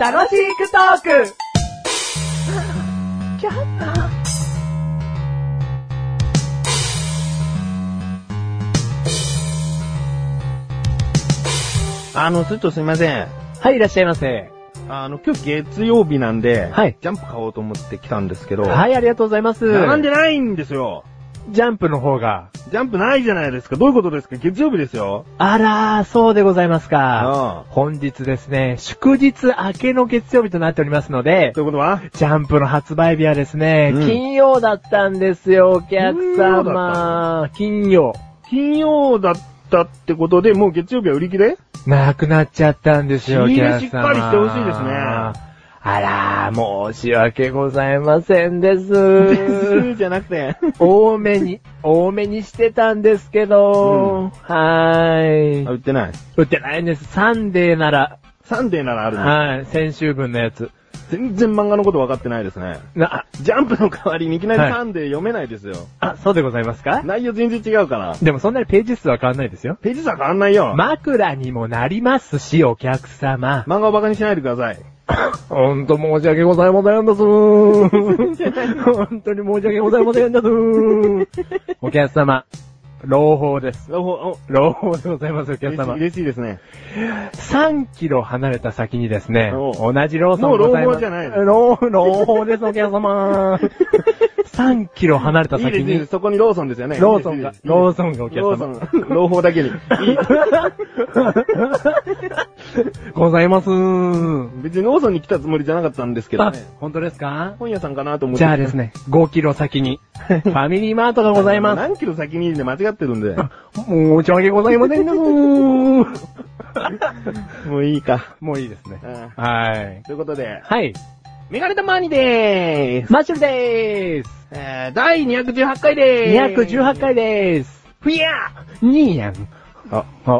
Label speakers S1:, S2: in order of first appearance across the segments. S1: 楽しくトーク
S2: あの、ちょっとすいません。
S1: はい、いらっしゃいませ。
S2: あの、今日月曜日なんで、
S1: はい
S2: ジャンプ買おうと思って来たんですけど、
S1: はい、ありがとうございます。
S2: 並んでないんですよ。
S1: ジャンプの方が。
S2: ジャンプないじゃないですか。どういうことですか月曜日ですよ。
S1: あらー、そうでございます
S2: あ
S1: か。本日ですね、祝日明けの月曜日となっておりますので
S2: あ。、ということは
S1: ジャンプの発売日はですね、
S2: うん
S1: 金曜だったんですよ、お客様。金曜。
S2: 金曜だったってことで、もう月曜日は売り切れ
S1: なくなっちゃったんですよ、お
S2: 仕
S1: 客
S2: 入れ
S1: 様。
S2: しっかりしてほしいですね
S1: あらー、申し訳ございませんで
S2: です
S1: す。
S2: じゃなくて。
S1: 多めに、多めにしてたんですけど、は
S2: あ
S1: ーい。
S2: 売ってない。
S1: 売ってないんです。サンデーなら、
S2: サンデーならあるの。
S1: はい、先週分のやつ。
S2: 全然漫画のこと分かってないですね。
S1: な、
S2: ジャンプの代わりにいきなり
S1: はい
S2: サンデー読めないですよ。
S1: あ、そうでございますか
S2: 内容全然違うから。
S1: でもそんなにページ数は変わんないですよ。
S2: ページ差変わんないよ。
S1: 枕にもなりますし、お客様。
S2: 漫画をバカにしないでください。
S1: ほんと申し訳ございませんです。ほん とに申し訳ございませんです。お客様、朗報です。
S2: おお
S1: 朗報でございます、お客
S2: 嬉しい
S1: 様。
S2: 嬉しいですね。
S1: 3キロ離れた先にですね、
S2: お
S1: 同じローソンございま
S2: もう朗報
S1: す。
S2: じゃないの
S1: 朗朗報です、お客 様。3キロ離れた
S2: いいで
S1: 先
S2: すいいで
S1: に
S2: す、、そこにローソンですよね。
S1: ローソンが
S2: いいです、
S1: ローソンがお
S2: ロ
S1: 客
S2: ーソ
S1: 様。
S2: ン、朗報だけに。いい
S1: ございます。
S2: 別にローソンに来たつもりじゃなかったんですけど
S1: あ
S2: ね。、
S1: 本当ですか
S2: 本屋さんかなと思って。
S1: じゃあですね、5キロ先 に、ファミリーマートがございます。
S2: 何キロ先にで間違ってるんで。
S1: 申し訳ございませ んな
S2: もういいか。
S1: もういいですね。
S2: うん
S1: はい。
S2: ということで、
S1: はい。
S2: メガネタマーニでーす。
S1: マッシュルでーす。
S2: えー、第218回でーす。
S1: 218。回でーす。
S2: ふや
S1: ニーヤン。
S2: ーあ、
S1: あ、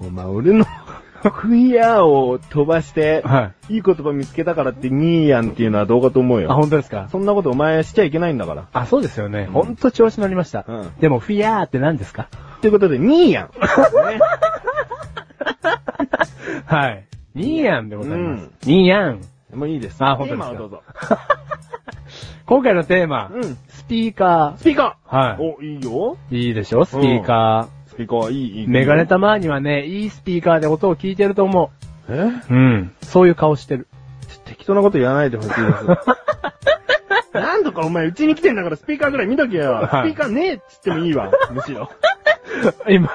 S2: お前俺の、 ふやーを飛ばして、
S1: はい
S2: い言葉見つけたからってニーヤンっていうのはどうかと思う
S1: い。あ、
S2: よ。
S1: 本当ですか
S2: そんなことお前しちゃいけないんだから。
S1: あ、そうですよね。
S2: ん
S1: ほんと調子乗りました。
S2: うん
S1: でも、フィアーって何ですか
S2: ということで、ニーヤン。ね
S1: はい。ニーヤンでございます。
S2: うん
S1: ニーヤン。
S2: もういいです。
S1: あ本当ですか
S2: テーマをどうぞ。
S1: 今回のテーマ、
S2: うん
S1: スピーカ
S2: スピーカ
S1: ー。
S2: ー
S1: はい。
S2: お、いいよ。
S1: いいでしょスピーカ
S2: スピーカー、いい、いい。
S1: ー。メガネ。たまにはね、いいスピーカーで音を聞いてると思
S2: え
S1: う。うん。そういう顔してる。
S2: ちょ適当なこと言わないでほしいです。 何度かお前、うちに来てんだからスピーカーぐらい見とけよ。
S1: はい
S2: スピーカーねえっつってもいいわ。 むしろ。
S1: 今、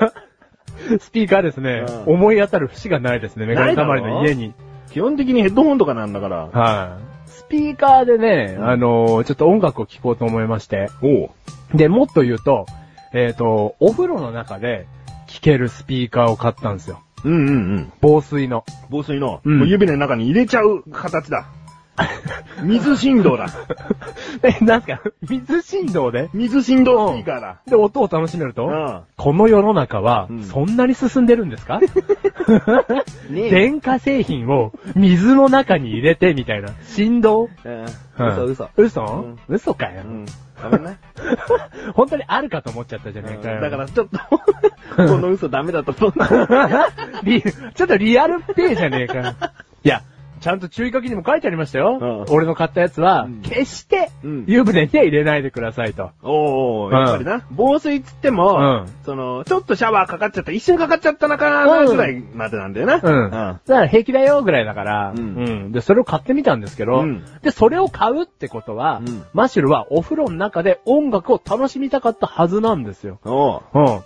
S1: スピーカーですね、
S2: うん
S1: 思い当たる節がないですね、メガネたまりの家に。
S2: 基本的にヘッドホンとかなんだから。
S1: はい。スピーカーでね、あのーちょっと音楽を聴こうと思いまして。
S2: おう。
S1: で、もっと言うと、えっ、と、お風呂の中で聴けるスピーカーを買ったんですよ。
S2: うんうんうん。
S1: 防水 の。
S2: 防水の、
S1: うん
S2: もう指の中に入れちゃう形だ。水振動だ。
S1: え、なんすか水振動で
S2: 水振動スピーカーだ。
S1: で、音を楽しめると、
S2: うん
S1: この世の中は
S2: う、ん
S1: そんなに進んでるんで すか、
S2: ねえ
S1: 電化製品を水の中に入れてみたいな。振
S2: う
S1: 動
S2: ん。
S1: うん。嘘、
S2: うん
S1: 嘘かよ。
S2: うん。ダメね。
S1: 本当にあるかと思っちゃったじゃ
S2: う
S1: ねえ
S2: ん
S1: かよ。
S2: だからちょっと、 この嘘ダメだと思 った。
S1: リちょっとリアルっぺーじゃねえかよ。いや、ちゃんと注意書きにも書いてありましたよ。
S2: うん
S1: 俺の買ったやつは、
S2: うん
S1: 決して
S2: うん
S1: 湯船には入れないでくださいと。
S2: おーおー、
S1: うん
S2: やっぱりな。防水っつっても、
S1: うん
S2: その、ちょっとシャワーかかっちゃった、一瞬かかっちゃったなかな
S1: うん
S2: ぐらいまでなんだよな。
S1: うん。だから平気だよぐらいだから、
S2: うん
S1: うんで、それを買ってみたんですけど、
S2: うん
S1: で、それを買うってことは、
S2: うん
S1: マシュルはお風呂の中で音楽を楽しみたかったはずなんですよ。
S2: おう
S1: うん。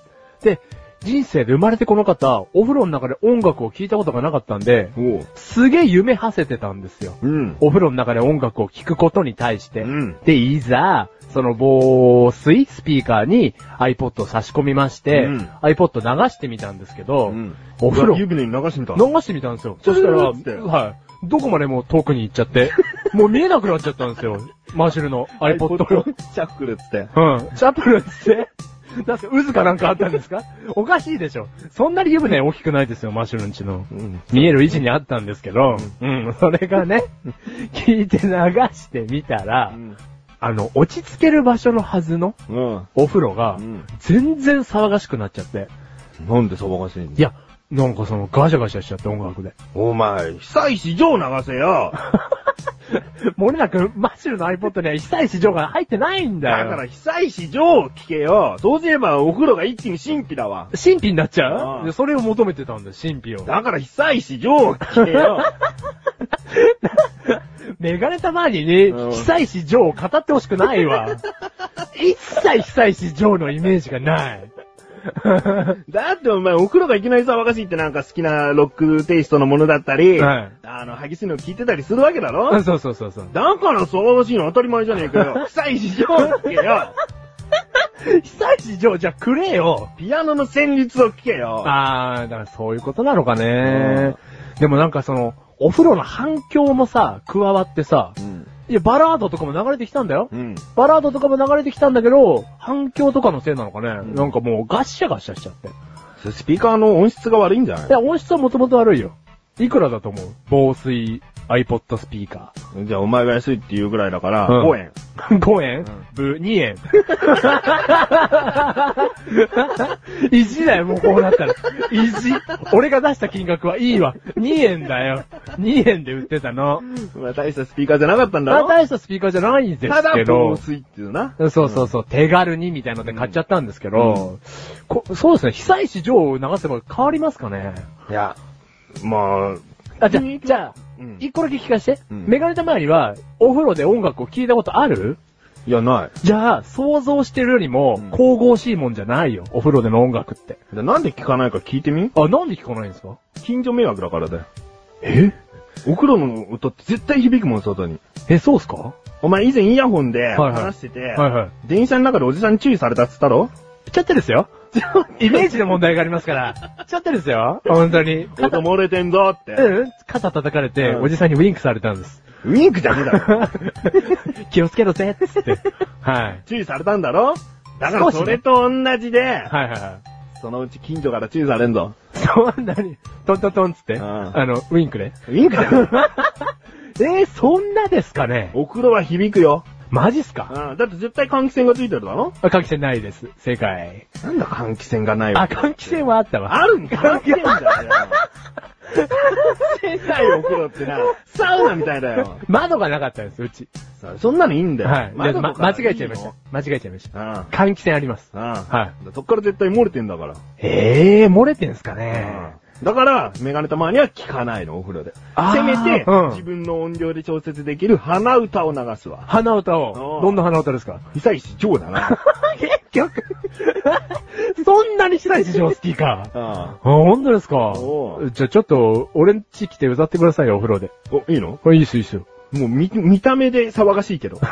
S1: で、人生で生まれてこの方、お風呂の中で音楽を聴いたことがなかったんで、
S2: おう。
S1: すげえ夢馳せてたんですよ。
S2: うん。
S1: お風呂の中で音楽を聴くことに対して。
S2: うん
S1: で、いざ、その防水スピーカーに iPod を差し込みまして、
S2: うん
S1: iPod 流してみたんですけど、
S2: うん
S1: お風呂、
S2: 湯
S1: 流
S2: 船に流してみた。
S1: してみたんですよ。そしたら、
S2: うーって
S1: はい。どこまでも遠くに行っちゃ って、もう見えなくなっちゃったんですよ。マシュルの iPod が。
S2: シャッフルっつって。
S1: うん。チャプルンって、なんか渦かなんかあったんですかおかしいでしょ。そんなに湯船大きくないですよ、マシュルンちの。
S2: うん。
S1: 見える位置にあったんですけど、うん、それがね、聞いて流してみたら、あの、落ち着ける場所のはずの
S2: うん。
S1: お風呂が
S2: う、ん。
S1: 全然騒がしくなっちゃって、
S2: なんで騒がしいん
S1: い
S2: や、
S1: や、なんかそのガシャガシャしちゃって音楽で。
S2: お前、久石城流せ よ。
S1: 森田くん、マシュルの iPod には一切市場が入ってないんだ
S2: だ
S1: よ。
S2: から、久石城を聞け よ。そうすればお風呂が一気に神秘だわ。
S1: 神秘になっち
S2: う
S1: ゃ
S2: ん
S1: うでそれを求めてたんだよ、神秘を。
S2: だから久石城を聞けよ。
S1: メガネたまにね、
S2: うん
S1: 久石城を語ってほしくな いわ。一切久石城のイメージがない。
S2: だってお前、お風呂がいきなり騒がしいってなんか好きなロックテイストのものだったり、
S1: はい
S2: あの、激しいの聞いてたりするわけだろ、
S1: そうそうそうそう。
S2: だから騒がしいの当たり前じゃねえか よ。久石城を聞けよ。
S1: 久石城じゃくれよ。
S2: ピアノの旋律を聞けよ。
S1: あー、だからそういうことなのかね。でもなんかその、お風呂の反響もさ、加わってさ、
S2: うん。
S1: いや、バラードとかも流れてきたんだよ。
S2: うん。
S1: バラードとかも流れてきたんだけど、反響とかのせいなのかね。
S2: ん
S1: なんかもうガッシャガッシャしちゃって。い
S2: スピーカーの音質が悪いんじゃな
S1: や、音質はもともと悪いよ。いくらだと思う防水 iPod スピー カ
S2: いじゃあお前が安いって言うぐらいだから、
S1: うん
S2: 5円。
S1: ー。5円、ぶ、2円。 意地だよ、もうこうなったら。意地。俺が出した金額はいいわ。2円だよ。2円で売ってたの。
S2: まあ大したスピーカーじゃなかったんだ
S1: まあ
S2: ろ
S1: 大したスピーカーじゃないんです
S2: ただ
S1: け
S2: 防
S1: ど。
S2: 水っていうな。
S1: そうそうそう、手軽にみたいので買っちゃったんですけど、こそうですね、被災市場を流せば変わりますかね。
S2: いや、まあ、
S1: あ、じゃあ、じゃあ、
S2: うん
S1: 一個だけ聞かして。
S2: うん
S1: メガネたまには、お風呂で音楽を聴いたことある
S2: いや、ない。
S1: じゃあ、想像してるよりも
S2: うん、
S1: 神々しいもんじゃないよ。お風呂での音楽って。
S2: じゃあなんで聞かないか聞いてみ
S1: あ、なんで聞かないんですか
S2: 近所迷惑だからだよ。えお風呂の音って絶対響くもん、外に。
S1: え、そうっすか
S2: お前以前イヤホンで
S1: はいはい
S2: 話してて、
S1: はいはい。
S2: 電車の中でおじさんに注意されたっつったろ
S1: ちゃってですよ。 イメージの問題がありますから。ちゃってですよ。本当に。
S2: 音漏れてんぞって。
S1: うん、肩叩かれて、
S2: うん
S1: おじさんにウィンクされたんです。
S2: ウィンクじゃねえだろ。
S1: 気をつけろぜっつって。はい。
S2: 注意されたんだろだから
S1: 少しね
S2: それと同じで、
S1: はいはいはい。
S2: そのうち近所から注意されんぞ。
S1: そんなに、トントントンっつって、
S2: うん
S1: あの、ウィンクで。
S2: ウィンクじゃねえ。
S1: えー、そんなですかね
S2: お風呂は響くよ。
S1: マジっすか
S2: うん。だって絶対換気扇がついてるだろ
S1: あ換気扇ないです。正解。
S2: なんだ換気扇がない
S1: あ、
S2: わ。
S1: 換気扇はあったわ。
S2: あるんか 関係ねえんだよ。小さいお風呂ってな、サウナみたいだよ。
S1: 窓がなかったんです、うち。
S2: そんなのいいんだよ。
S1: はい。
S2: 窓と
S1: ま
S2: か
S1: 間違えちゃいました。間違えちゃいました。
S2: た。うん。
S1: 換気扇あります。
S2: うん。
S1: は
S2: そっから絶対漏れてんだから。
S1: ええー、漏れてんすかね
S2: うん。だから、メガネたまには聞かないの、お風呂で。
S1: あー
S2: せめて、
S1: うん
S2: 自分の音量で調節できる鼻歌を流すわ。
S1: 鼻歌を
S2: う、ん
S1: どんな鼻歌ですか
S2: 久石城だな。
S1: 結局、そんなに白石城好きか。
S2: うん
S1: あ、本当ですか
S2: おう
S1: じゃあちょっと、俺ん家来て歌ってくださいよ、お風呂で。
S2: お、いいの
S1: これいいっす、いいっすよ。
S2: もう、み、見た目で騒がしいけど。
S1: ガ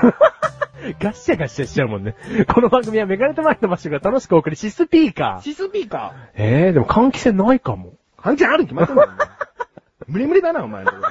S1: ッシャガッシャしちゃうもんね。この番組はメガネとマリの場所が楽しくお送り、シスピーカー。
S2: シスピーカ
S1: えー、でも換気扇ないかも。
S2: ー。関係あるに決まってんだよ。お前無理無理だな、お前のとこ。